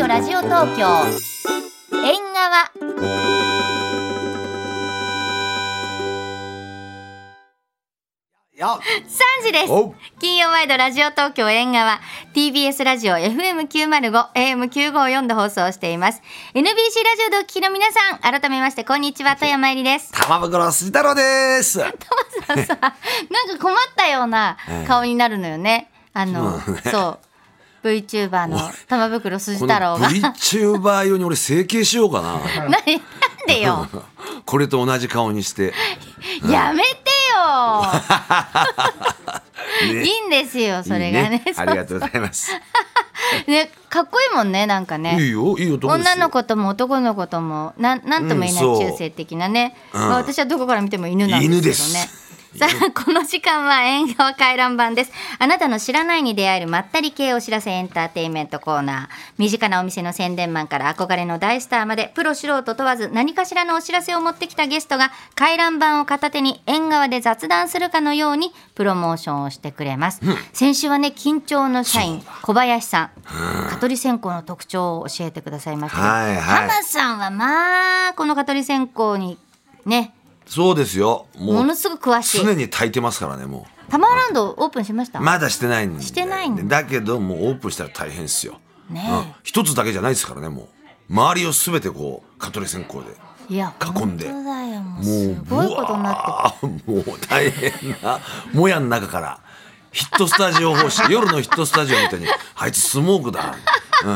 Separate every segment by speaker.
Speaker 1: 東京縁側
Speaker 2: や
Speaker 1: 3時です
Speaker 2: おう
Speaker 1: 金曜ワイドラジオ東京縁側 TBS ラジオ FM905 AM954 で放送しています NBC ラジオでお聞きの皆さん改めましてこんにちは富山え りです
Speaker 2: 玉袋筋太郎です。
Speaker 1: さなんか困ったような顔になるのよねあの
Speaker 2: そうだね
Speaker 1: そう VTuber の玉袋筋
Speaker 2: こ
Speaker 1: 太郎
Speaker 2: の
Speaker 1: が
Speaker 2: VTuber 用に俺整形しようかな。
Speaker 1: ななんでよ
Speaker 2: これと同じ顔にして。
Speaker 1: やめてよ
Speaker 2: ね
Speaker 1: いいんですよそれがね
Speaker 2: いいありがとうございます。
Speaker 1: ねかっこいいもんねなんかね
Speaker 2: いいよ、いい男ですよ。
Speaker 1: 女の子とも男の子ともなんなんとも言えない
Speaker 2: うんそう
Speaker 1: 中性的なね、
Speaker 2: うん
Speaker 1: まあ私はどこから見ても犬なんですけどね
Speaker 2: 犬です
Speaker 1: さあこの時間は縁側回覧版ですあなたの知らないに出会えるまったり系お知らせエンターテインメントコーナー身近なお店の宣伝マンから憧れの大スターまでプロ素人問わず何かしらのお知らせを持ってきたゲストが回覧板を片手に縁側で雑談するかのようにプロモーションをしてくれます、先週はね緊張の社員小林さん香取線香の特徴を教えてくださいましたけど、
Speaker 2: はいはい
Speaker 1: 浜さんはまあこの香取線香にね
Speaker 2: そうですよ。
Speaker 1: も
Speaker 2: もう
Speaker 1: のすごく詳しい
Speaker 2: 常に炊いてますからね、も
Speaker 1: タマーランドオープンしました、
Speaker 2: う。まだしてないんで。
Speaker 1: してないの
Speaker 2: だけど、もうオープンしたら大変ですよ。
Speaker 1: ね
Speaker 2: うん一つだけじゃないですからね、もう。周りをすべてこう、蚊取り線香で。
Speaker 1: えいや
Speaker 2: 囲んで
Speaker 1: 本当だよもう
Speaker 2: も
Speaker 1: す
Speaker 2: う
Speaker 1: ごいことになって
Speaker 2: ってもう大変なもやの中からヒットスタジオ方 式夜のヒットスタジオみたいにあいつスモークだ、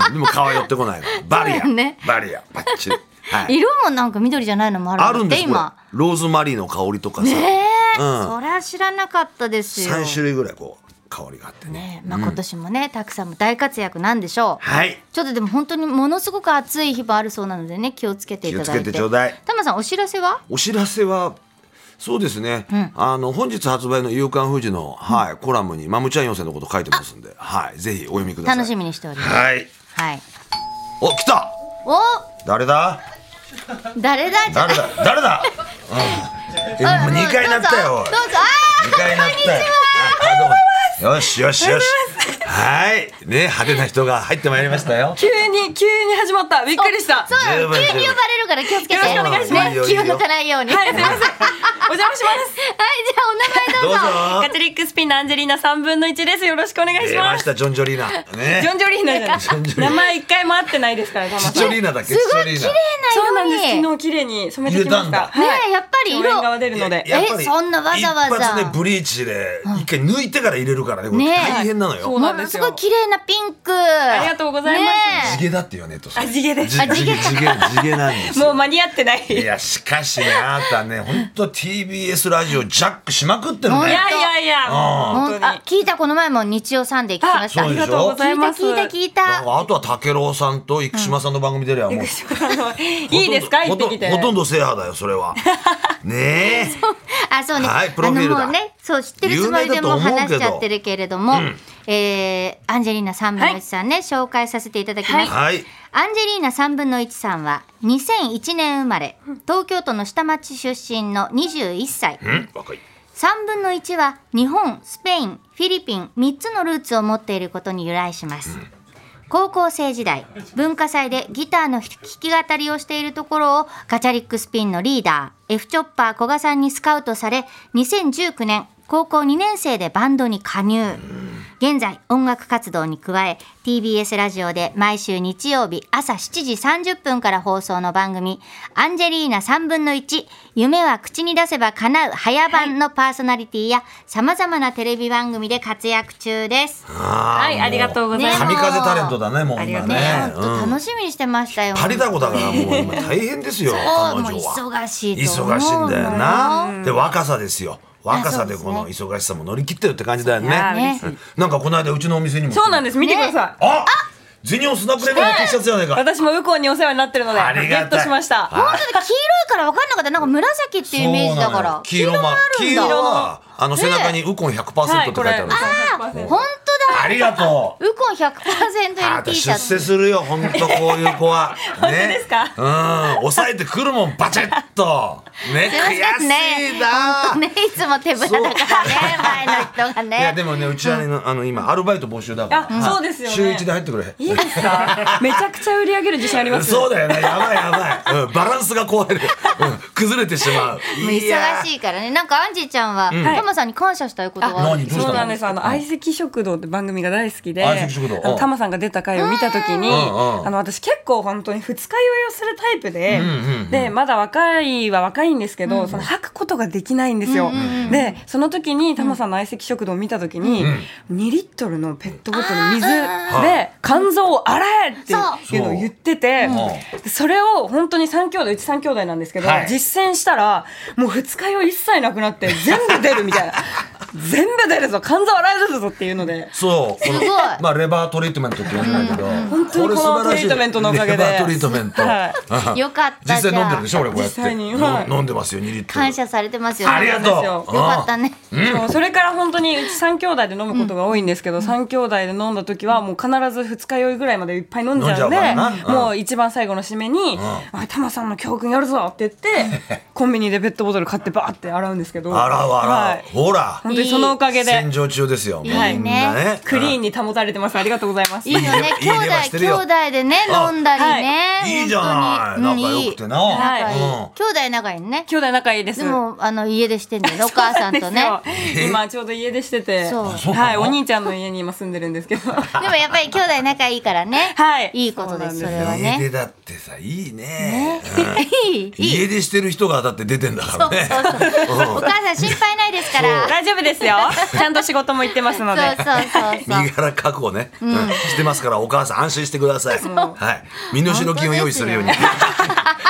Speaker 2: うん、でも顔は寄ってこないわバリ
Speaker 1: そうだ
Speaker 2: ア、
Speaker 1: よね
Speaker 2: バリアバッチリ、はい、
Speaker 1: 色もなんか緑じゃないのもあるんだ
Speaker 2: あるんです
Speaker 1: って
Speaker 2: これ
Speaker 1: 今
Speaker 2: ローズマリーの香りとかさ、
Speaker 1: ねえ、
Speaker 2: うん
Speaker 1: それは知らなかったですよ
Speaker 2: 3種類ぐらいこう香りがあってね
Speaker 1: ねえまあ、今年もね、たくさんも大活躍なんでしょう、
Speaker 2: はい
Speaker 1: ちょっとでも本当にものすごく暑い日もあるそうなのでね気をつけていただいて
Speaker 2: 気をつけてちょうだい
Speaker 1: タマさんお知らせは
Speaker 2: お知らせはそうですね、あの本日発売の「夕刊富士の」はいコラムにマムちゃん寄せのこと書いてますんで、はい、ぜひお読みください
Speaker 1: 楽しみにしております
Speaker 2: はい
Speaker 1: はい
Speaker 2: お来た
Speaker 1: お
Speaker 2: 誰だ
Speaker 1: 誰だじゃ
Speaker 2: 誰だ誰だ、うん、えもう二回なったよ
Speaker 1: どうぞどうぞあ
Speaker 2: 二回なったよあどうもよしよしよしはいね派手な人が入ってまいりましたよ
Speaker 3: 急に急に始まったびっくりし
Speaker 1: ー
Speaker 3: た
Speaker 1: そうなの
Speaker 2: 十分
Speaker 1: 急に呼ばれるから気をつけて
Speaker 3: よろしくお願いし
Speaker 2: ます
Speaker 1: ね気を抜かないように
Speaker 3: は
Speaker 1: はい
Speaker 3: いす
Speaker 1: じ
Speaker 3: い
Speaker 1: ゃ
Speaker 3: ませんお邪魔しま
Speaker 1: あお名前
Speaker 2: ど
Speaker 1: ど
Speaker 2: う
Speaker 1: う
Speaker 2: ぞ
Speaker 1: ぞ
Speaker 3: すカトリックスピンのアンジェリーナ三分の一ですよろしくお願いし
Speaker 2: 出
Speaker 3: ま
Speaker 2: ますしたジョンジョリーナ
Speaker 3: ジョ
Speaker 2: ね
Speaker 3: ンジョリーナじゃない
Speaker 2: ョンジョリーナ
Speaker 3: 名前一回も合ってないですからたまさん
Speaker 2: ジョリーナだっけジョリーナ
Speaker 3: そうなんです
Speaker 1: 綺麗な色に
Speaker 3: 昨日綺麗に染めてきま
Speaker 2: 入れた
Speaker 3: し
Speaker 2: ん
Speaker 3: た
Speaker 2: だ
Speaker 3: は
Speaker 1: ねえやっぱり
Speaker 3: 色が
Speaker 1: 色
Speaker 3: 出るので
Speaker 2: ややっぱり
Speaker 1: えそんなわざわざ
Speaker 2: 一発ねブリーチで一回抜いてから入れるからねこれ
Speaker 1: ね
Speaker 2: 大変なの
Speaker 3: そ
Speaker 2: よ
Speaker 3: う
Speaker 1: も
Speaker 3: なん
Speaker 1: の
Speaker 3: です
Speaker 1: す
Speaker 3: よ
Speaker 1: ごい綺麗なピンクあ
Speaker 3: りがとうございます
Speaker 2: 地毛だって言わねえと
Speaker 3: あ地毛です
Speaker 2: 地毛地毛地毛なんですよ
Speaker 3: もう間に合ってない
Speaker 2: い
Speaker 3: い
Speaker 2: やしかしねあなたね本当 TBS ラジオジャックしまくってる
Speaker 1: ほんと
Speaker 2: ね
Speaker 3: やいやいや
Speaker 2: あ
Speaker 3: 本当に
Speaker 1: あ聞いたこの前も日曜サンデー聞きました
Speaker 2: あそう
Speaker 3: あ
Speaker 2: で
Speaker 3: り
Speaker 2: し
Speaker 3: が
Speaker 2: ょ
Speaker 3: とうござ
Speaker 1: 聞
Speaker 3: い
Speaker 1: いた
Speaker 3: ます
Speaker 1: 聞いた聞い
Speaker 2: なん
Speaker 1: た
Speaker 2: かあとは武郎さんと生島さんの番組出りゃもう、ほ
Speaker 3: あのいいですか行
Speaker 2: と
Speaker 3: って
Speaker 2: ん
Speaker 3: きて
Speaker 2: ほとんど制覇だよそれ はねえ
Speaker 1: あそうね、
Speaker 2: はいプロフィールだ
Speaker 1: あのもうねそう知ってるつもりでもう
Speaker 2: 有名だと思うけど
Speaker 1: 話しちゃってるけれどもえーアンジェリーナ3分の1さんね、紹介させていただきます、
Speaker 2: はい
Speaker 1: アンジェリーナ3分の1さんは2001年生まれ東京都の下町出身の21歳
Speaker 2: うん若い
Speaker 1: 3分の1は日本スペインフィリピン3つのルーツを持っていることに由来します高校生時代文化祭でギターの弾き語りをしているところをガチャリックスピンのリーダー F チョッパー古賀さんにスカウトされ2019年高校2年生でバンドに加入現在音楽活動に加え TBS ラジオで毎週日曜日朝7時30分から放送の番組「アンジェリーナ3分の1夢は口に出せば叶う早番」のパーソナリティやさまざまなテレビ番組で活躍中です。
Speaker 2: は
Speaker 3: はいありがとうございます
Speaker 2: 神風タレントだねもう
Speaker 3: ありが
Speaker 2: 今
Speaker 3: とう
Speaker 2: ね
Speaker 3: ござい
Speaker 1: ね、本当
Speaker 2: うん
Speaker 1: 楽しみにしてましたよ。
Speaker 2: パリだこだからもう今大変ですよ
Speaker 1: お
Speaker 2: 彼
Speaker 1: うもう
Speaker 2: 女は
Speaker 1: 忙しいと思う
Speaker 2: 忙しいんだよ
Speaker 1: も
Speaker 2: なで若さですよ若さで
Speaker 1: あそうです
Speaker 2: こ
Speaker 1: ね
Speaker 2: の忙しさも乗り切ってるって感じだよね
Speaker 3: いや
Speaker 1: 嬉しい
Speaker 2: うんなんかこの間うちのお店にも
Speaker 3: そうなんです見てください
Speaker 2: あゼニオンスナプレミアの T シャツじゃないか
Speaker 3: 私もウコンにお世話になってるので
Speaker 2: あり
Speaker 3: ゲ
Speaker 2: がたい
Speaker 3: ットしました
Speaker 1: う本当に黄色いから分かんなかったなんか紫っていうイメージだか
Speaker 2: そうなのよ
Speaker 1: ら
Speaker 2: 黄色も黄色
Speaker 1: もあるんだ
Speaker 2: はあの背中にウコン100%って書いてあるんですよ
Speaker 3: はいこれ
Speaker 1: 本当だ
Speaker 2: ありがとう
Speaker 1: ウコン100%
Speaker 2: あなた
Speaker 1: 入り T シ
Speaker 2: 出
Speaker 1: ャツ
Speaker 2: 世するよ本当こういう子は
Speaker 3: 本当ですか
Speaker 2: ねうん抑えてくるもんバチェッとね
Speaker 1: すいません
Speaker 2: 悔
Speaker 1: ね
Speaker 2: しいな
Speaker 1: もねいつも手ぶらだからね前の人が
Speaker 2: いや
Speaker 1: ね
Speaker 2: でもねうちはねあの今アルバイト募集だから、
Speaker 3: あそうですよね
Speaker 2: 週一で入ってくれ
Speaker 3: いいですかめちゃくちゃ売り上げる自信あります
Speaker 2: そうだよねやばいやばい、うん、バランスが壊れる、うん、崩れてしまう
Speaker 1: もう忙しいからねなんかアンジーちゃんはタマさんに感謝したいことがあ
Speaker 2: 何ど
Speaker 1: る
Speaker 2: うしたの
Speaker 3: そうなんですあの相席食堂って番組が大好きで
Speaker 2: 相席食堂
Speaker 3: あ
Speaker 2: うん
Speaker 3: のタマさんが出た回を見た時に
Speaker 2: んうん
Speaker 3: あの私結構本当に二日酔いをするタイプで、でまだ若いは若いんですけど、その吐くことができないんですよ、でその時にタマさんの相席食堂を見た時に、2リットルのペットボトル水で肝臓を洗えっていうのを言ってて
Speaker 2: そう
Speaker 3: でそれを本当に3兄弟うち3兄弟なんですけど、
Speaker 2: はい
Speaker 3: 実践したらもう二日酔い一切なくなって全部出るみたい な全部出るぞ肝臓洗えるぞっていうので
Speaker 2: そうこの
Speaker 1: すごい
Speaker 2: まあレバートリートメントって言われるけど、
Speaker 3: 本当にこのトリートメントのおかげ
Speaker 2: レ
Speaker 3: で
Speaker 2: バートリートメント、
Speaker 3: はい
Speaker 1: よかった
Speaker 2: 実際飲
Speaker 1: じ
Speaker 2: んで
Speaker 1: ゃ
Speaker 2: る
Speaker 1: あ
Speaker 2: でしょ俺こうやって
Speaker 3: 実際にはい
Speaker 2: うん飲んでますよ2リットル
Speaker 1: 感謝されてますよ
Speaker 2: あり
Speaker 1: ね
Speaker 2: が
Speaker 3: そうです
Speaker 2: と
Speaker 3: よ
Speaker 2: う
Speaker 1: よかったね
Speaker 3: そうそれから本当にうち3兄弟で飲むことが多いんですけど、三3兄弟で飲んだ時はもう必ず二日酔いぐらいまでいっぱい飲んじゃうんで
Speaker 2: 飲んじゃうからなうん
Speaker 3: もう一番最後の締めに「あタマさんの教訓やるぞ」って言 ってコンビニでペットボトル買ってバーって洗うんですけ
Speaker 2: う
Speaker 3: ど
Speaker 2: んあらわら、
Speaker 3: はい、
Speaker 2: ほら
Speaker 3: 本当にそのおかげで
Speaker 2: 洗浄中ですよみんな
Speaker 3: は
Speaker 2: ね
Speaker 3: いクリーンに保たれてますありがとうございます
Speaker 1: いいよね
Speaker 2: いい
Speaker 1: 兄
Speaker 2: ねはして
Speaker 1: 弟
Speaker 2: る
Speaker 1: 兄
Speaker 2: よ
Speaker 1: 弟でね
Speaker 2: あ
Speaker 1: 飲んだりね
Speaker 2: いいじゃない
Speaker 1: 本当に
Speaker 2: 仲
Speaker 1: うん
Speaker 2: 良くてな、
Speaker 3: はい
Speaker 1: 仲い
Speaker 2: うん
Speaker 1: い兄弟仲いいね
Speaker 3: 兄弟仲いいです
Speaker 1: でもあの家出してんだよねお母さんとね
Speaker 3: そうなんですよ今ちょうど家出してて
Speaker 1: そうあ
Speaker 2: そうなの
Speaker 3: はいお兄ちゃんの家に今住んでるんですけど
Speaker 1: でもやっぱり兄弟仲いいからね
Speaker 3: はい
Speaker 1: いいことですそ
Speaker 3: そう
Speaker 1: れ
Speaker 3: な
Speaker 1: は
Speaker 2: 家出
Speaker 1: ね
Speaker 2: だってさいいねう
Speaker 1: いい
Speaker 2: ん
Speaker 1: いい
Speaker 2: 家出してる人がだって出てんだからね
Speaker 1: そうそうそうお母さん心配ないですから
Speaker 3: 大丈夫ですよちゃんと仕事も行ってますので
Speaker 1: そうそうそうそう
Speaker 2: 身柄確保ね、うんしてますからお母さん安心してください、はい、身代金を用意するように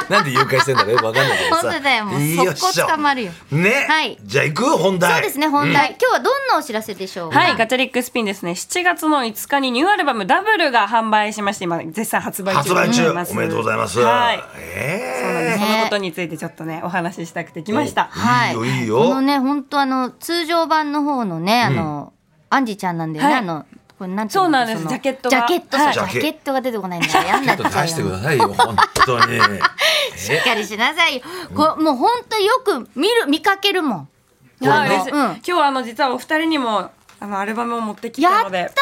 Speaker 2: なんで誘拐してんだかよくわかんないけどさ
Speaker 1: 本当だよもう
Speaker 2: いいっしょ
Speaker 1: 速攻捕まるよ
Speaker 2: ね、
Speaker 1: はい
Speaker 2: じゃあ行く本題
Speaker 1: そうですね本題、今日はどんなお知らせでしょうか
Speaker 3: はい、ガチャリックスピンですね。7月の5日にニューアルバムダブルが販売しまして、今絶賛発売中
Speaker 2: 発売中、
Speaker 3: なりす
Speaker 2: おめでとうございます、
Speaker 3: はい。そうなんで
Speaker 2: ええ
Speaker 3: すそのことについてちょっとね、お話ししたくて来ました。
Speaker 1: はい
Speaker 2: いよいいよ
Speaker 1: このね本当あの通常版の方のねあの、アンジーちゃんなんだよね、
Speaker 3: はい
Speaker 1: あのこれなんてい
Speaker 3: そうな
Speaker 1: だ
Speaker 3: んです
Speaker 1: その
Speaker 3: ジャケットが
Speaker 1: ジャケット、そう
Speaker 3: はい
Speaker 1: ジャケットが出てこないんだよやんなっ
Speaker 2: ち
Speaker 1: ち
Speaker 2: ょっと
Speaker 1: ゃう
Speaker 2: 出してく
Speaker 1: よ
Speaker 2: ださいよ本当に
Speaker 1: しっかりしなさいよこうもう本当よく見る見かけるもん
Speaker 3: いや嬉しい
Speaker 1: うん
Speaker 3: 今日はあの実はお二人にもあのアルバムを持ってき
Speaker 1: や
Speaker 3: た
Speaker 1: った
Speaker 3: ので。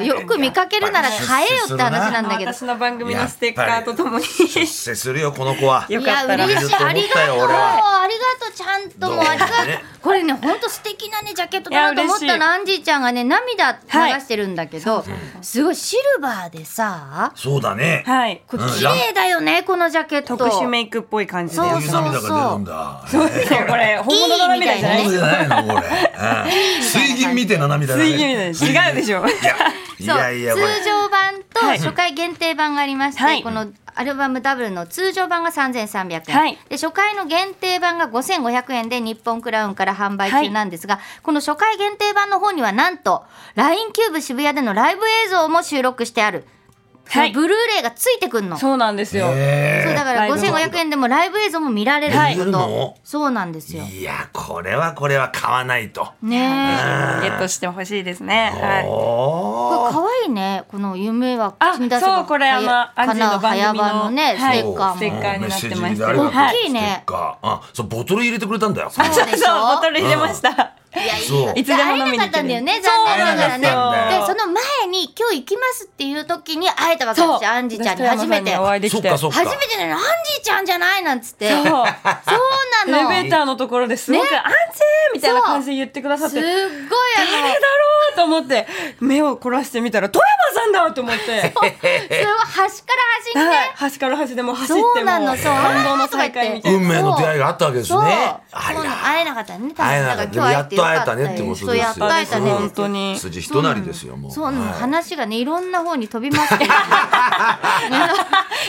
Speaker 1: 嘘よく見かけるなら買えよって話なんだけど
Speaker 3: 私の番組のステッカーとともに
Speaker 2: 出世するよこの子は
Speaker 3: よ
Speaker 1: い
Speaker 3: か
Speaker 1: や
Speaker 3: ったら
Speaker 1: 嬉しいありがとう
Speaker 2: 俺は
Speaker 1: ありがとうちゃんともうありがと
Speaker 2: どうも
Speaker 1: う、
Speaker 2: ね
Speaker 1: これね本当素敵なねジャケットだなと思っ
Speaker 3: い
Speaker 1: た
Speaker 3: や嬉しい
Speaker 1: のアンジーちゃんがね涙流してるんだけど、すごいシルバーでさ
Speaker 2: そうだね、
Speaker 3: はい。
Speaker 1: これ
Speaker 2: うん
Speaker 1: 綺麗だよね、このジャケット
Speaker 3: 特殊メイクっぽい感じで。
Speaker 1: そう
Speaker 2: こ
Speaker 1: そう
Speaker 2: いう涙が出るんだ
Speaker 3: そうですよこれ本物の涙じゃない
Speaker 1: い
Speaker 3: で
Speaker 1: い
Speaker 2: そうじ
Speaker 3: す
Speaker 2: ゃないのこれ、うん水銀みたいな涙だね
Speaker 3: 水銀みたいな違うでしょ
Speaker 2: いやい
Speaker 1: そう
Speaker 2: やいやこれ
Speaker 1: 通常版と
Speaker 3: はい
Speaker 1: 初回限定版がありまして、
Speaker 3: はい
Speaker 1: このアルバムダブルの通常版が3300円、
Speaker 3: はい
Speaker 1: で初回の限定版が5500円で日本クラウンから販売中なんですが、この初回限定版の方にはなんと LINE キューブ渋谷でのライブ映像も収録してある、
Speaker 3: はい
Speaker 1: そのブルーレイがついてくんの。そう
Speaker 3: そうなんですよ。
Speaker 2: え
Speaker 1: だから
Speaker 3: ライブも
Speaker 1: 5500円でもライブ映像も見られる
Speaker 2: はい
Speaker 1: という
Speaker 2: 見
Speaker 1: こ
Speaker 2: れる
Speaker 1: と
Speaker 2: の
Speaker 1: そうなんですよ
Speaker 2: ー、いやこれはこれは買わないと。
Speaker 1: ねえ
Speaker 3: ゲットしてほしいですね。はい。
Speaker 2: お
Speaker 1: これ
Speaker 2: ー
Speaker 1: 可愛いねこの夢は
Speaker 3: あ、
Speaker 1: 口に出せば
Speaker 3: そう、これ、あの、
Speaker 1: は
Speaker 3: アンジーの番
Speaker 1: 早
Speaker 3: 組の
Speaker 1: 場のね、
Speaker 3: はい
Speaker 1: ステッカーも
Speaker 3: ステッカー
Speaker 2: メ
Speaker 3: になってま
Speaker 2: ッセージ
Speaker 3: し
Speaker 2: で
Speaker 3: た
Speaker 2: ありがとう
Speaker 1: 大きいね
Speaker 2: ステッカーあそうボトル入れてくれたんだよ。
Speaker 1: あそうでしょ
Speaker 3: そう、ボトル入れました。
Speaker 1: いやい
Speaker 2: そう
Speaker 1: い
Speaker 3: いつでも飲みに
Speaker 1: 会えな
Speaker 3: 行ける
Speaker 1: かったんだよね残念ながらね
Speaker 2: そうなんです
Speaker 1: で
Speaker 2: よ
Speaker 1: その前に今日行きますっていう時に会えたわけです
Speaker 3: そ
Speaker 1: よ
Speaker 3: う、
Speaker 1: アンジーちゃんに初めて
Speaker 3: お会いで
Speaker 2: そ
Speaker 3: き。
Speaker 2: ってかそ
Speaker 3: そう。
Speaker 2: っか。
Speaker 1: 初めてなのにアンジーちゃんじゃないなんつって
Speaker 3: エ
Speaker 1: そう
Speaker 3: レ ベ
Speaker 1: なの
Speaker 3: ーターのところですごく、アンジーみたいな感じで言ってくださっ
Speaker 1: す
Speaker 3: て、
Speaker 1: っごい
Speaker 3: 誰だ ろうと思って、目を凝らしてみたら、富山さんだと思って、
Speaker 1: あのそれは端から端に
Speaker 3: はい
Speaker 1: ね。
Speaker 3: 端から端でもう走っても、
Speaker 1: そうなのそう
Speaker 3: 感動の再会みたいな。
Speaker 2: 運命の出会いがあったわけです
Speaker 1: そう、
Speaker 2: ね。あ
Speaker 1: そうなの
Speaker 2: ら
Speaker 1: 会えなかったね多分
Speaker 2: 会えなかった
Speaker 1: だら今日よ
Speaker 2: でもやっと
Speaker 1: か
Speaker 2: 会えたねってことですよ
Speaker 1: そうやっと会えたね
Speaker 3: 本当に。
Speaker 2: 筋人なりですよもう。
Speaker 1: そうなの、
Speaker 2: はい
Speaker 1: 話がねいろんな方に飛びま すけど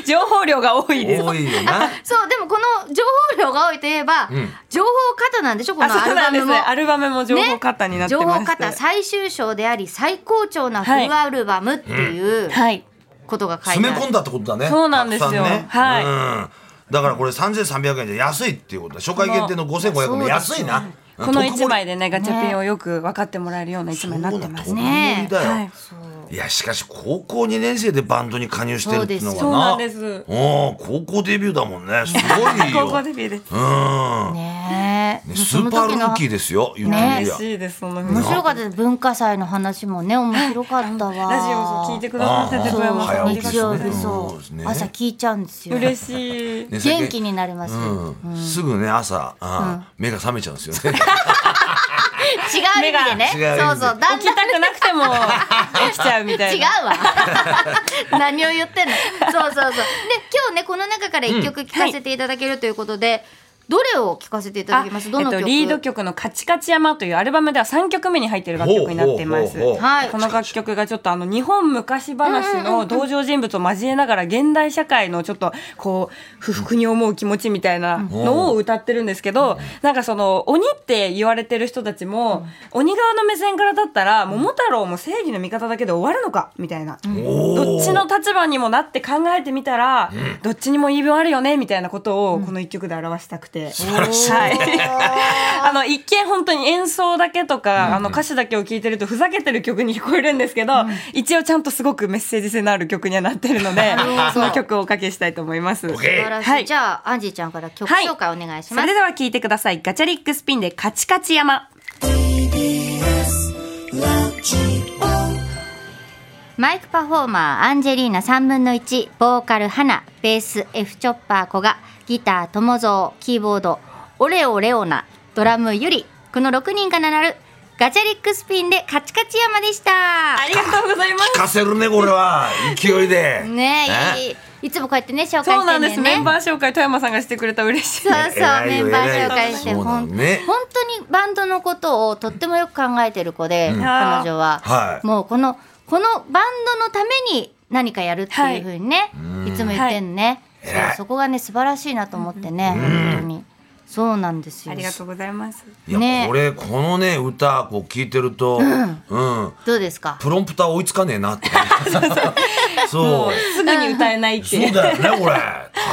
Speaker 3: 情報量が多いです。
Speaker 2: 多いよな。
Speaker 1: そうでもこの情報量が多いといえば、情報型なんでしょこの
Speaker 3: あ、
Speaker 1: ア
Speaker 3: そ
Speaker 1: ル
Speaker 3: うな
Speaker 1: バ
Speaker 3: んで
Speaker 1: ム
Speaker 3: す
Speaker 1: も
Speaker 3: ね。。アルバムも情報型になって
Speaker 1: 情
Speaker 3: ま
Speaker 1: 報
Speaker 3: して
Speaker 1: 型最終章であり最高潮なフルアルバムっていう
Speaker 3: はい。
Speaker 1: ことが書いて
Speaker 2: 詰
Speaker 1: あ
Speaker 2: め
Speaker 1: る、
Speaker 2: 込んだってことだね。
Speaker 3: そうなんです
Speaker 2: た
Speaker 3: よ
Speaker 2: くさんね
Speaker 3: はい
Speaker 2: うんだからこれ三千三百円じゃ安いっていうことだ。初回限定の五千五百円も安いな。
Speaker 3: この一枚
Speaker 2: で
Speaker 3: でね、ガチャピンをよく分かってもらえるような一枚になってます。
Speaker 1: ね
Speaker 2: ね。特盛りだよ
Speaker 3: はい。
Speaker 1: よ
Speaker 2: いやしかし高校2年生でバンドに加入してるっていうのはな
Speaker 3: そうなんです
Speaker 2: おー高校デビューだもんねすごいよ
Speaker 3: 高校デビューです
Speaker 2: うん、
Speaker 1: ね
Speaker 2: ね
Speaker 1: え、もう
Speaker 2: ス
Speaker 1: そ
Speaker 2: ー
Speaker 1: の時の
Speaker 2: パールーキーですよ言ってみり
Speaker 3: 嬉
Speaker 2: ゃ
Speaker 3: しいですそんな
Speaker 1: 面白
Speaker 3: っ
Speaker 1: かったです文化祭の話もね面白かったわ
Speaker 3: ラジオを聞いてくださってて
Speaker 1: そ
Speaker 3: 富山さんあ
Speaker 1: う
Speaker 3: りが
Speaker 1: 日曜
Speaker 3: とうご
Speaker 1: 日
Speaker 3: ざいま
Speaker 1: そ
Speaker 3: す
Speaker 2: そう
Speaker 1: う、
Speaker 2: ね
Speaker 1: 朝聞いちゃうんですよ
Speaker 3: 嬉しい
Speaker 2: ね最近
Speaker 1: 元気になります、
Speaker 2: うんすぐね朝、あー目が覚めちゃうんですよね
Speaker 1: 違う意味でね
Speaker 2: 目が違う意味で
Speaker 1: そうそうだん
Speaker 3: 聞
Speaker 1: だ
Speaker 3: き
Speaker 1: ん
Speaker 3: たくなくても起きちゃうみた
Speaker 1: 違
Speaker 3: いうな
Speaker 1: わ 何を言ってんのそうそうそうで今日ねこの中から一曲聴かせていただけるということで、どれを聴かせていただきますどの曲、
Speaker 3: えっと、リード曲の「カチカチ山」というアルバムでは3曲目に入っている 楽曲になっていま
Speaker 2: ほ
Speaker 3: す
Speaker 2: うほうほうほう
Speaker 1: はい
Speaker 3: この楽曲がちょっとあの日本昔話の登場人物を交えながら現代社会のちょっとこう不服に思う気持ちみたいなのを歌ってるんですけどなんかその鬼って言われてる人たちも鬼側の目線からだったら桃太郎も正義の味方だけで終わるのかみたいな
Speaker 2: おー
Speaker 3: どっちの立場にもなって考えてみたらどっちにも言い分あるよねみたいなことをこの一曲で表したくて。はい あの一見本当に演奏だけとか、あの歌詞だけを聞いてるとふざけてる曲に聞こえるんですけど、一応ちゃんとすごくメッセージ性のある曲にはなってるので
Speaker 1: るほど
Speaker 3: その曲をおかけしたいと思います。
Speaker 2: OK
Speaker 1: 素晴らしい、
Speaker 3: はい
Speaker 1: じゃあアンジーちゃんから曲紹介お願いし
Speaker 3: そ
Speaker 1: ます、
Speaker 3: れでは聞いてください。ガチャリックスピンでカチカチ山。
Speaker 1: マイクパフォーマーアンジェリーナ3分の1ボーカル花ベース F チョッパー古賀ギター友蔵キーボードオレオレオナドラムゆりこの6人が並るガチャリックスピンでカチカチ山でした
Speaker 3: ありがとうございます。
Speaker 2: 聞かせるねこれは勢いで
Speaker 1: ねえいいいつもこうやってね紹介して
Speaker 3: そうな
Speaker 1: るん
Speaker 3: ん
Speaker 1: だ
Speaker 3: です。
Speaker 1: よ
Speaker 3: メン
Speaker 1: ね
Speaker 3: バー紹介富山さんがしてくれたら嬉しい
Speaker 1: そう。そう
Speaker 2: 偉い
Speaker 1: メ
Speaker 2: よ
Speaker 1: ンバー紹介して
Speaker 2: 偉いよそうな
Speaker 1: ほ
Speaker 2: の
Speaker 1: ん
Speaker 2: ね
Speaker 1: 本当にバンドのことをとってもよく考えてる子で、彼女は、
Speaker 2: はい
Speaker 1: もうこのこのバンドのために何かやるっていうふうにね、い、つも言ってんのね、
Speaker 2: はい
Speaker 1: そう
Speaker 2: 偉い
Speaker 1: そこがね素晴らしいなと思ってね、本当にそうなんですよ
Speaker 3: ありがとうございます。
Speaker 2: いや、
Speaker 1: ね
Speaker 2: これこのね歌こう聞いてると、うん
Speaker 1: どうですか
Speaker 2: プロンプター追いつかねえなって
Speaker 3: も
Speaker 2: そう
Speaker 3: うすぐに歌えないって
Speaker 2: そ
Speaker 3: いうう。
Speaker 2: だよねこれ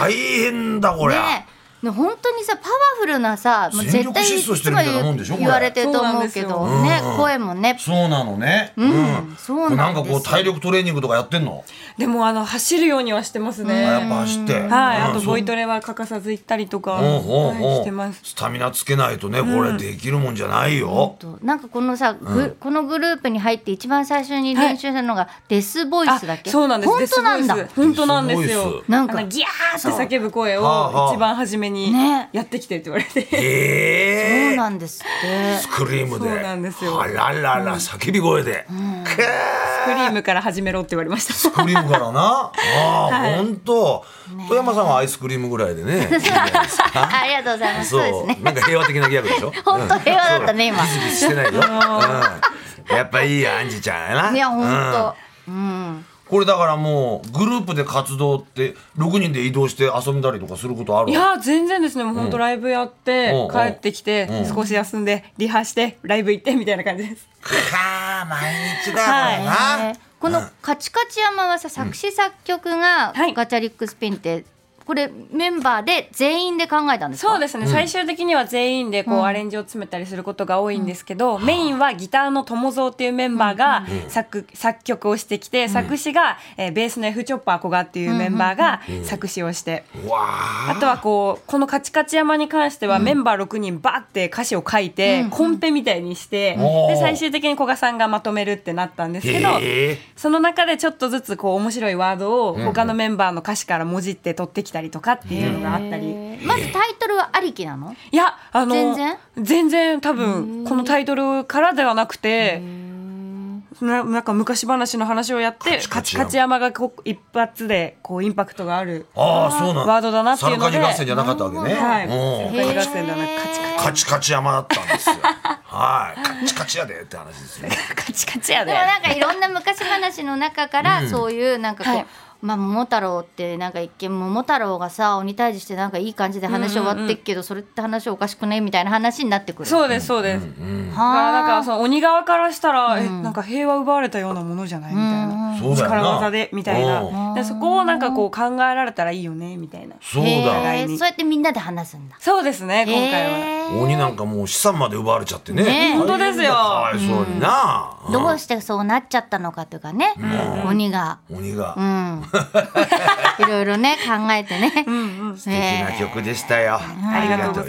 Speaker 2: 大変だこれ、
Speaker 1: ねね本当にさパワフルなさもう
Speaker 2: 全
Speaker 1: 絶
Speaker 2: 力
Speaker 1: 対
Speaker 2: 疾
Speaker 1: い
Speaker 2: 走して
Speaker 1: つ
Speaker 2: る
Speaker 1: も
Speaker 2: みたいなもんでしょ
Speaker 1: 言われてると思うけ
Speaker 3: こ
Speaker 1: ど
Speaker 3: れ
Speaker 1: ね
Speaker 2: うん
Speaker 1: 声もね
Speaker 2: そうなのねうん
Speaker 1: そうなんですよ
Speaker 2: なんかこう体力トレーニングとかやってんの、
Speaker 3: でもあの走るようにはしてます
Speaker 2: あやっ
Speaker 3: ね。
Speaker 2: ぱ走って、
Speaker 3: はい。
Speaker 2: うん
Speaker 3: あと
Speaker 2: そう
Speaker 3: ボイトレは欠かさず行ったりとか、
Speaker 2: おうお
Speaker 3: は
Speaker 2: う
Speaker 3: い
Speaker 2: おう
Speaker 3: してます。
Speaker 2: スタミナつけないとねこれできるもんじゃないよ、
Speaker 1: となんかこのさ、ぐこのグループに入って一番最初に練習したのがデスボイスだっけ、
Speaker 3: そうなんです。
Speaker 1: 本当なんだ
Speaker 3: デスボイス本当なんです
Speaker 2: デスボイ
Speaker 3: よ
Speaker 2: ス。
Speaker 1: なんか
Speaker 3: あのギャーって叫ぶ声
Speaker 2: はあは
Speaker 3: を
Speaker 2: あ
Speaker 3: 一番初めに
Speaker 1: ね
Speaker 3: やってきてって言われて。
Speaker 2: ええ
Speaker 1: そうなんですって
Speaker 2: スクリームで
Speaker 3: そうなんですよ
Speaker 2: あららら叫び声で、くー
Speaker 3: クリームから始めろって言われました。
Speaker 2: スクリームからなああ、本当富山さんはアイスクリームぐらいで ねいいんじゃないですか
Speaker 1: ありがとうございますそうですね
Speaker 2: なんか平和的なギャグ でしょ
Speaker 1: 本当平和だったね今
Speaker 2: うんそうギスギスしてないよ、うん、やっぱいいやアンジちゃんやないい
Speaker 1: や本
Speaker 2: うん
Speaker 1: 当、うん、
Speaker 2: これだからもうグループで活動って6人で移動して遊んだりとかすることある
Speaker 3: いやー全然ですね。もう本当ライブやって
Speaker 2: うん
Speaker 3: 帰ってきて
Speaker 2: うん
Speaker 3: 少し休んでリハしてライブ行ってみたいな感じです。
Speaker 2: か毎日だよ
Speaker 3: はい
Speaker 1: ね
Speaker 2: な、
Speaker 1: この「カチカチ山」はさ作詞作曲が
Speaker 3: はい
Speaker 1: ガチャリックスピンってこれメンバーで全員で考えたんですか
Speaker 3: そうですね、最終的には全員でこう、アレンジを詰めたりすることが多いんですけど、メインはギターの友蔵っていうメンバーが作,、作曲をしてきて、作詞が、えーベースの F チョッパー古賀っていうメンバーが作詞をして、
Speaker 2: うわあ
Speaker 3: あとはこうこの「カチカチ山」に関してはメンバー6人バーって歌詞を書いて、コンペみたいにして、
Speaker 2: おー
Speaker 3: で最終的に古賀さんがまとめるってなったんですけど。
Speaker 2: へえ
Speaker 3: その中でちょっとずつこう面白いワードを他のメンバーの歌詞からもじって取ってきたりとかっていうのがあったり、
Speaker 1: へーまずタイトルはありきなの
Speaker 3: いやあの
Speaker 1: 全然
Speaker 3: 全然多分このタイトルからではなくてななんか昔話の話をやって
Speaker 2: チ
Speaker 3: カ
Speaker 2: カ
Speaker 3: チ
Speaker 2: チ
Speaker 3: カチ山がこう一発でこうインパクトがある
Speaker 2: ああそうなん
Speaker 3: ワードだなっていうので
Speaker 2: サルカニ合戦じゃなかったわけね、
Speaker 3: はい
Speaker 2: うん
Speaker 3: 戦い合戦だなカチカ
Speaker 2: カチカチ山だったんです よ。はい、カチカチやでって話ですね。
Speaker 3: チカチカチや
Speaker 1: で
Speaker 3: で
Speaker 1: もなんかいろんな昔話の中からそういうなんかこう、
Speaker 3: はい
Speaker 1: まあ、桃太郎ってなんか一見桃太郎がさ鬼退治してなんかいい感じで話終わってっけど、それって話おかしくねみたいな話になってくる。
Speaker 3: そうですそうです、
Speaker 1: は
Speaker 3: だからなんか
Speaker 1: あ
Speaker 3: その鬼側からしたら、えなんか平和奪われたようなものじゃないみたいな、
Speaker 2: そうだよな
Speaker 3: 力技でみたい
Speaker 2: うん
Speaker 3: なでそこをなんかこう考えられたらいいよねみたいな
Speaker 2: そうだ
Speaker 1: へーそうやってみんなで話すんだ。
Speaker 3: そうですね今回は。
Speaker 1: へー
Speaker 2: 鬼なんかもう資産まで奪われちゃってね
Speaker 1: ね
Speaker 3: 本当ですよ
Speaker 2: かわいそうにな、うん
Speaker 1: どうしてそうなっちゃったのかというかね、鬼が。
Speaker 2: 鬼
Speaker 1: う
Speaker 2: が
Speaker 1: ん、いろいろね考えてね。
Speaker 2: 素敵な曲でしたよ、あ
Speaker 3: あ
Speaker 2: り
Speaker 3: り
Speaker 2: が
Speaker 3: が
Speaker 2: と
Speaker 3: と
Speaker 2: うよ
Speaker 3: うご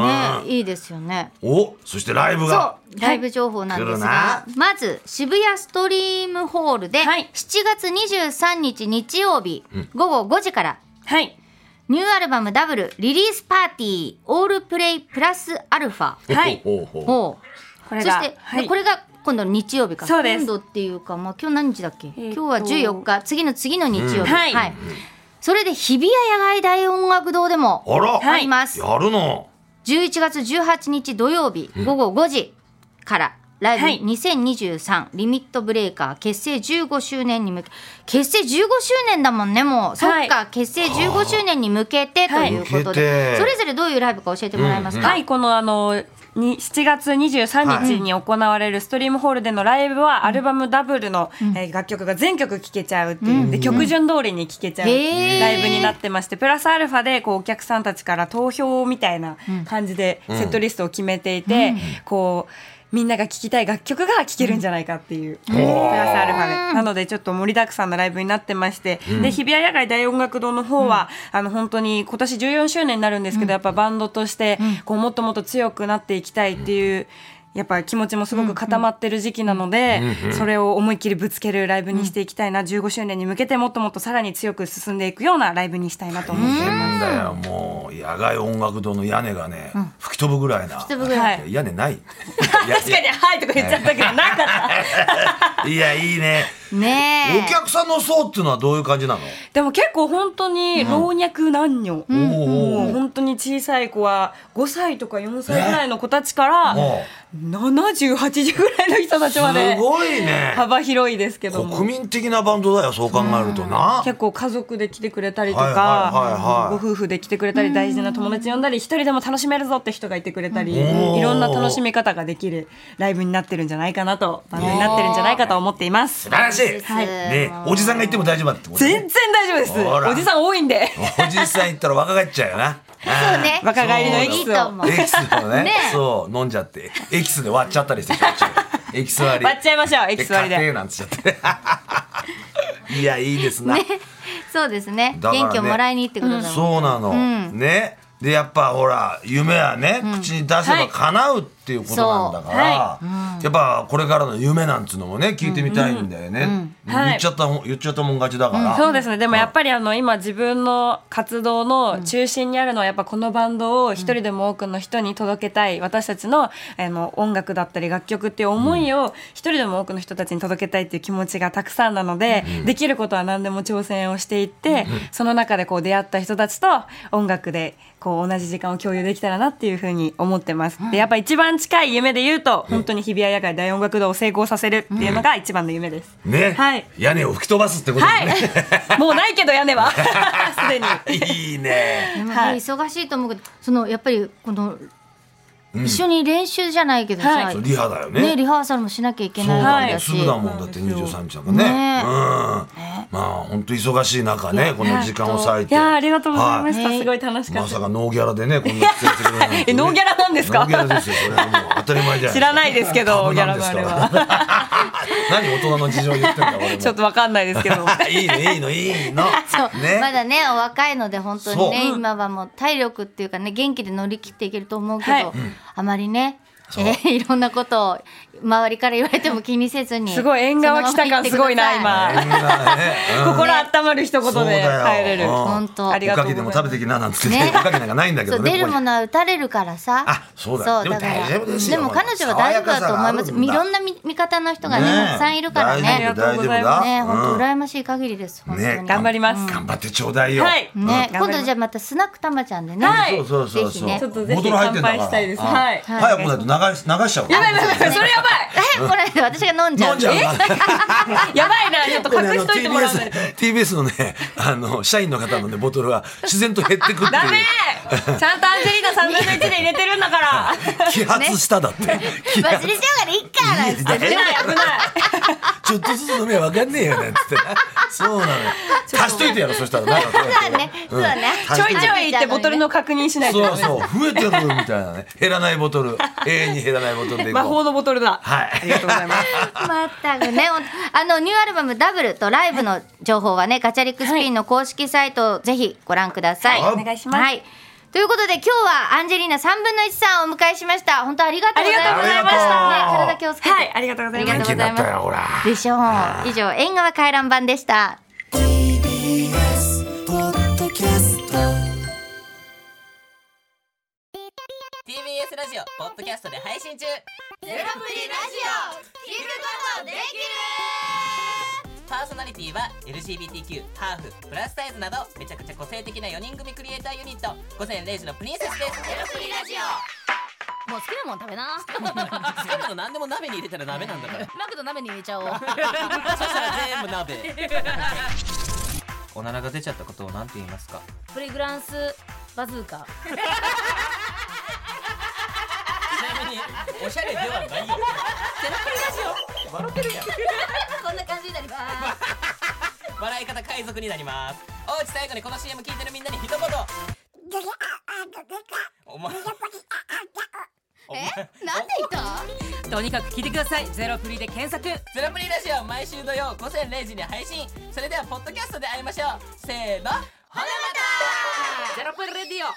Speaker 3: ざいます
Speaker 1: ね、いいですよね。
Speaker 2: うんおそしてライブ
Speaker 1: そ
Speaker 2: が
Speaker 1: う、ライブ情報なんですが
Speaker 2: 来る、
Speaker 1: まず渋谷ストリームホールで、
Speaker 3: はい
Speaker 1: 7月23日日曜日、午後5時から、
Speaker 3: はい
Speaker 1: ニューアルバムダブルリリースパーティー、オールプレイプラスアルファ。
Speaker 3: はい
Speaker 2: ほうほうほう
Speaker 1: ほう
Speaker 3: これが
Speaker 1: そして、
Speaker 3: はい
Speaker 1: これが今度の日曜日か
Speaker 3: そうです
Speaker 1: 今度っていうか、まあ、今日何日だっけ、
Speaker 3: ーと
Speaker 1: 今日は14日次の次の日曜日、
Speaker 3: んはい
Speaker 1: それで日比谷野外大音楽堂でも
Speaker 2: あら、
Speaker 1: あ
Speaker 3: はい
Speaker 1: ります、
Speaker 2: やるの
Speaker 1: 11月18日土曜日午後5時からラ
Speaker 3: は
Speaker 1: イ
Speaker 3: い
Speaker 1: ブ2023、リミットブレーカー結成15周年に向け結成15周年だもんねもう、
Speaker 3: はい
Speaker 1: そっか結成15周年に向けてということで、
Speaker 2: はい
Speaker 1: それぞれどういうライブか教えてもらえますか、
Speaker 3: はい、このあの、に7月23日に行われるストリームホールでのライブは、アルバムダブルの、えー楽曲が全曲聴けちゃうっていう、で曲順通りに聴けちゃう
Speaker 1: へー
Speaker 3: ライブになってまして、プラスアルファでこうお客さんたちから投票みたいな感じでセットリストを決めていて、こう、みんなが聴きたい楽曲が聴けるんじゃないかっていう、プラスアルファで。なのでちょっと盛りだくさんのライブになってまして、で日比谷野外大音楽堂の方は、あの本当に今年14周年になるんですけど、やっぱバンドとしてこうもっともっと強くなっていきたいっていう。やっぱ気持ちもすごく固まってる時期なので、それを思いっきりぶつけるライブにしていきたいな、15周年に向けてもっともっとさらに強く進んでいくようなライブにしたいなと思って
Speaker 2: 変
Speaker 3: ます。
Speaker 2: だよもう野外音楽堂の屋根がね、吹き飛ぶぐらいな
Speaker 1: 吹き飛ぶぐら
Speaker 2: や
Speaker 3: い
Speaker 2: 屋根ない
Speaker 3: 確かに、はいとか言っちゃった けど、なかった。
Speaker 2: にいやいいね
Speaker 1: ねえ
Speaker 2: お客さんの層っていうのはどういう感じなの、
Speaker 3: でも結構本当に老若男女、
Speaker 2: ん
Speaker 3: もう本当に小さい子は5歳とか4歳ぐらいの子たちから
Speaker 2: も
Speaker 3: 7080ぐらいの人たち
Speaker 2: う
Speaker 3: まです
Speaker 2: ごいね
Speaker 3: 幅広いですけど
Speaker 2: 国
Speaker 3: も
Speaker 2: 民的なバンドだよそう考えるとな、
Speaker 3: 結構家族で来てくれたりと
Speaker 2: はいはいはいは
Speaker 3: か
Speaker 2: い
Speaker 3: ご夫婦で来てくれたり大事な友達呼んだり一人でも楽しめるぞって人がいてくれたり
Speaker 2: うん
Speaker 3: いろんな楽しみ方ができるライブになってるんじゃないかなとバンドになってるんじゃないかと思っています
Speaker 2: 素晴らしい、
Speaker 1: はい
Speaker 2: ねおじさんが行っても大丈夫だってことね
Speaker 3: 全然大丈夫です
Speaker 2: ほら
Speaker 3: おじさん多いんで
Speaker 2: おじさん行ったら若返っちゃうよ な
Speaker 1: そうね
Speaker 3: 若返りのエ
Speaker 1: い
Speaker 3: キ
Speaker 1: い
Speaker 3: ス
Speaker 1: と
Speaker 3: を
Speaker 1: 思う
Speaker 2: エキスをね
Speaker 1: ね
Speaker 2: そう飲んじゃってエキスで割っちゃったりしてしょっちゅうエキス割り
Speaker 3: 割っちゃいましょうエキス割り
Speaker 2: 家
Speaker 3: で
Speaker 2: 庭なんて言っちゃって いやいいですな、
Speaker 1: そうですね
Speaker 2: だからね
Speaker 1: 元気をもらいにってことだもん、
Speaker 2: そうなの、ねでやっぱほら夢はね、口に出せば叶うっていうことなんだから、やっぱこれからの夢なんつうのもね聞いてみたいんだよね、
Speaker 3: はい
Speaker 2: 言っちゃったもん言っちゃったもん勝ちだから、
Speaker 3: そうですねでもやっぱりあの今自分の活動の中心にあるのはやっぱこのバンドを一人でも多くの人に届けたい私たちのあの音楽だったり楽曲っていう思いを一人でも多くの人たちに届けたいっていう気持ちがたくさんなのでできることは何でも挑戦をしていってその中でこう出会った人たちと音楽でこう同じ時間を共有できたらなっていうふうに思ってますでやっぱ一番近い夢で言うと本当に日比谷野外大音楽堂を成功させるっていうのが一番の夢です。
Speaker 2: ね、
Speaker 3: はい
Speaker 2: 屋根を吹き飛ばすってこと
Speaker 3: は
Speaker 2: でね、
Speaker 3: い。もうないけど屋根 はすでに。
Speaker 2: い、いね
Speaker 1: でもね
Speaker 3: はい
Speaker 1: 忙しいと思うけどそのやっぱりこの、一緒に練習じゃないけどさ、
Speaker 3: はい
Speaker 2: リハだよ
Speaker 1: ねリハーサルもしなきゃいけ
Speaker 2: そう
Speaker 1: ない
Speaker 2: だ
Speaker 1: わ
Speaker 2: ね、
Speaker 1: けだ
Speaker 2: す
Speaker 1: し、
Speaker 2: ぐだもんだって23日だもんね
Speaker 1: ね
Speaker 2: うんまあ本当忙しい中ねこの時間を割い
Speaker 3: い
Speaker 2: て
Speaker 3: やーありがとうございました。
Speaker 1: はい
Speaker 3: すごい楽しか
Speaker 2: ま
Speaker 3: っ
Speaker 2: さ
Speaker 3: た。
Speaker 2: かノーギャラでねこんな出演してくれるなんてね
Speaker 3: えノーギャラなんですか
Speaker 2: ノーギャラですよそれはもう当たり前じゃない
Speaker 3: 知らないですけど
Speaker 2: 株なんですから
Speaker 3: ギャラの
Speaker 2: 何大人の事情言ってんだ俺も
Speaker 3: ちょっとわかんないですけど。
Speaker 2: いいのいいのいいの
Speaker 1: そう
Speaker 2: ね
Speaker 1: まだねお若いので本当にね
Speaker 2: そう
Speaker 1: 今はもう体力っていうかね元気で乗り切っていけると思うけど、
Speaker 3: はいうん
Speaker 1: あまりね
Speaker 2: そう
Speaker 1: えーいろんなことを周りから言われても気にせずに
Speaker 3: すごい縁側来た感すごいな
Speaker 1: そのまま行ってくださ
Speaker 3: 今。
Speaker 2: みんなねうん
Speaker 3: 心温まる一言で
Speaker 2: そうだ
Speaker 3: 帰
Speaker 2: よ
Speaker 3: れる。
Speaker 2: うん
Speaker 1: 本当
Speaker 3: あり
Speaker 2: お
Speaker 3: がと
Speaker 2: か
Speaker 3: うご
Speaker 2: き
Speaker 3: ざ
Speaker 2: でも食べ
Speaker 3: います。
Speaker 2: てきななんつってね
Speaker 1: ね
Speaker 2: おかきなんかないんだけ
Speaker 1: そ
Speaker 2: ど
Speaker 1: う
Speaker 2: ね
Speaker 1: 出る
Speaker 2: ここ
Speaker 1: も
Speaker 2: に
Speaker 1: のは打たれるからさ
Speaker 2: あそうだでも大丈夫です
Speaker 1: で
Speaker 2: よ
Speaker 1: も彼女は大丈夫だと思います
Speaker 2: 爽やかさがあるんだ
Speaker 1: いろんな見見方の人がね
Speaker 2: ねえ
Speaker 1: たくさんいるから
Speaker 2: 大
Speaker 1: ね
Speaker 2: 丈夫大丈夫だ
Speaker 1: ね
Speaker 2: うん
Speaker 1: 本当羨ましい限りです本当に
Speaker 2: ね
Speaker 3: 頑張ります。
Speaker 2: 頑張ってちょうだいよ
Speaker 3: はい
Speaker 2: うん
Speaker 1: ね
Speaker 3: うん
Speaker 1: 今度じゃあまたスナックたまちゃんでね
Speaker 3: はい
Speaker 2: そうそうそうそ
Speaker 1: ぜひ
Speaker 2: う
Speaker 1: ね
Speaker 3: ちょっとぜひ乾杯したいです
Speaker 2: あ
Speaker 3: はい
Speaker 2: 早くもないと流流し流しちゃう
Speaker 3: やばいやばいやばいそれやば
Speaker 1: え これ私が飲んじゃう
Speaker 2: 飲んじゃうな
Speaker 3: いやばいなちょっと
Speaker 2: これあ
Speaker 3: 隠
Speaker 2: の
Speaker 3: しといてもらわない
Speaker 2: TBS, TBS のねあの社員の方のねボトルは自然と減ってくって
Speaker 3: ダメ
Speaker 2: いう
Speaker 3: ちゃんとアンジェリーナ3分の1で入れてるんだから
Speaker 2: 揮発しただって、揮
Speaker 1: 忘
Speaker 2: 発
Speaker 1: れちゃうからいっかなんつって
Speaker 3: 危ない危ない
Speaker 2: ちょっとずつ飲めばわかんねえよなんつってそうなのよ足しといてやろそしたらなんかこうやって
Speaker 1: そうだねそうだね
Speaker 3: ちょいちょい行ってボトルの確認しない
Speaker 2: そう
Speaker 3: と
Speaker 2: そう増えてるみたいなね減らないボトル永遠に減らないボトルでいこう
Speaker 3: 魔法のボトルだ
Speaker 2: はい
Speaker 3: ありがとうございます
Speaker 1: まったくね、あのニューアルバムダブルとライブの情報はね、ガチャリックスピンの公式サイトをぜひご覧ください。
Speaker 2: はい
Speaker 3: お願いします
Speaker 1: はい。ということで今日はアンジェリーナ三分の一さんをお迎えしました。本当ありがとうございました。
Speaker 3: ありがとうござい
Speaker 2: ました
Speaker 1: ね体気をつけて。
Speaker 3: はいありがとうございま
Speaker 1: あり
Speaker 2: 元
Speaker 1: が
Speaker 3: す
Speaker 2: 気
Speaker 1: とう
Speaker 2: にないっ
Speaker 1: ござます
Speaker 2: たよほら
Speaker 1: でしょう。以上縁側回覧版でした。
Speaker 4: TBS ラジオポッドキャストで配信中ゼロプリラジオ聞くことできるパーソナリティは LGBTQ ハーフプラスサイズなどめちゃくちゃ個性的な4人組クリエイターユニット午前0時のプリンセスですゼロプリラジ
Speaker 5: もう好きなもん食べな。
Speaker 4: オ好きなの何でも鍋に入れたら鍋なんだから
Speaker 5: マクド鍋に入れちゃおう。
Speaker 4: そしたら全部鍋おならが出ちゃったことを何て言いますか
Speaker 5: プレグランスバズーカ。
Speaker 4: ちなみにおしゃれではないよゼロプリラジオ笑ってるやん
Speaker 5: こんな感じになります。
Speaker 4: 笑い方海賊になりますおうち最後にこの CM 聞いてるみんなに一言お前お前
Speaker 5: なんで言った？とにかく聞いてください。ゼロフリで検索。
Speaker 4: ゼロプリラジオ毎週土曜午前0時に配信それではポッドキャストで会いましょうせーのほなまた
Speaker 5: ゼロプリレディオ。